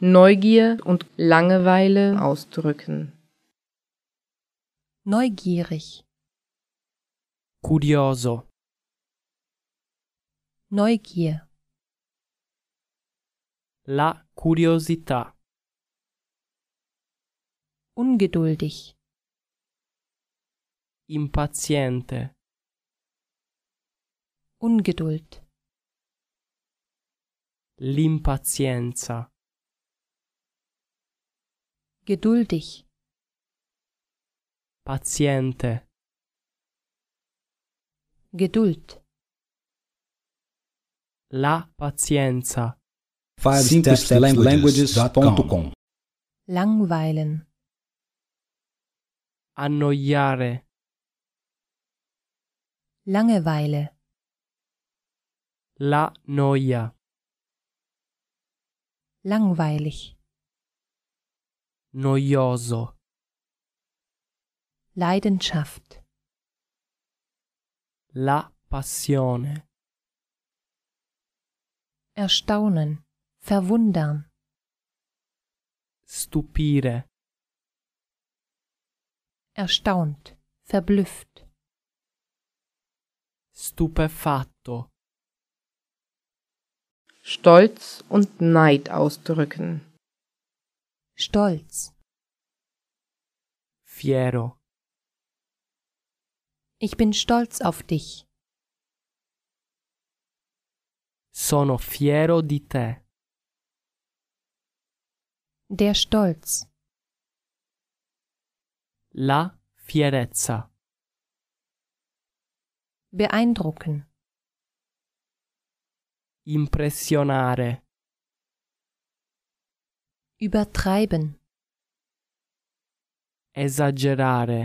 Neugier und Langeweile ausdrücken. neugierig, curioso, Neugier, la curiosità, ungeduldig, impaziente, Ungeduld, l'impazienza, geduldig, paziente, Geduld, la pazienza, 5stepslanguages.com langweilen, annoiare, Langeweile, la noia, langweilig, noioso, Leidenschaft, la passione, erstaunen, verwundern, stupire, erstaunt, verblüfft, stupefatto, Stolz und Neid ausdrücken. stolz. fiero, Ich bin stolz auf dich. sono fiero di te, Der Stolz, la fierezza, beeindrucken, impressionare, übertreiben, esagerare,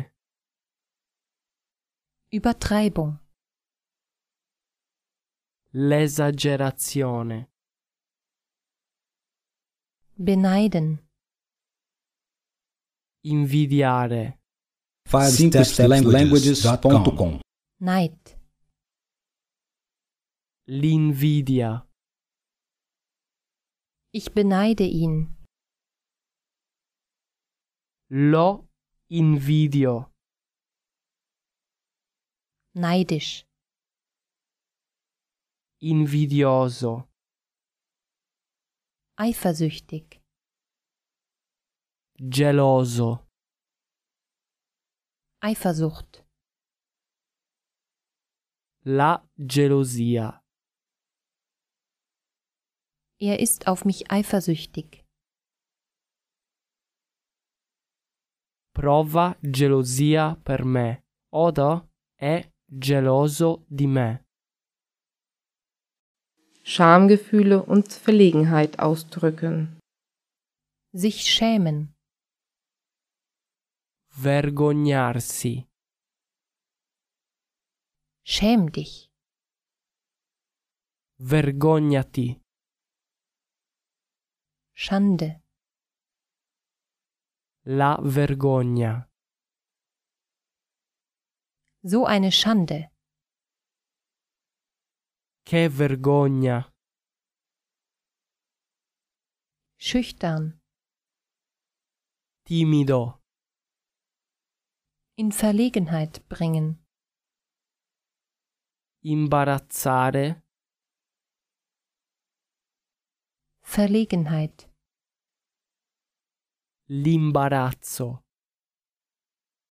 Übertreibung, l'esagerazione, beneiden, invidiare, 5stepslanguages.com Neid, l'invidia. ich beneide ihn, Lo invidio, neidisch, invidioso, eifersüchtig, geloso, Eifersucht, la gelosia, er ist auf mich eifersüchtig. prova gelosia per me. Odo è geloso di me. Schamgefühle und Verlegenheit ausdrücken. sich schämen, Vergognarsi, schäm dich, vergognati, Schande, la vergogna, so eine Schande, che vergogna, schüchtern, timido, in Verlegenheit bringen, imbarazzare, Verlegenheit, l'imbarazzo,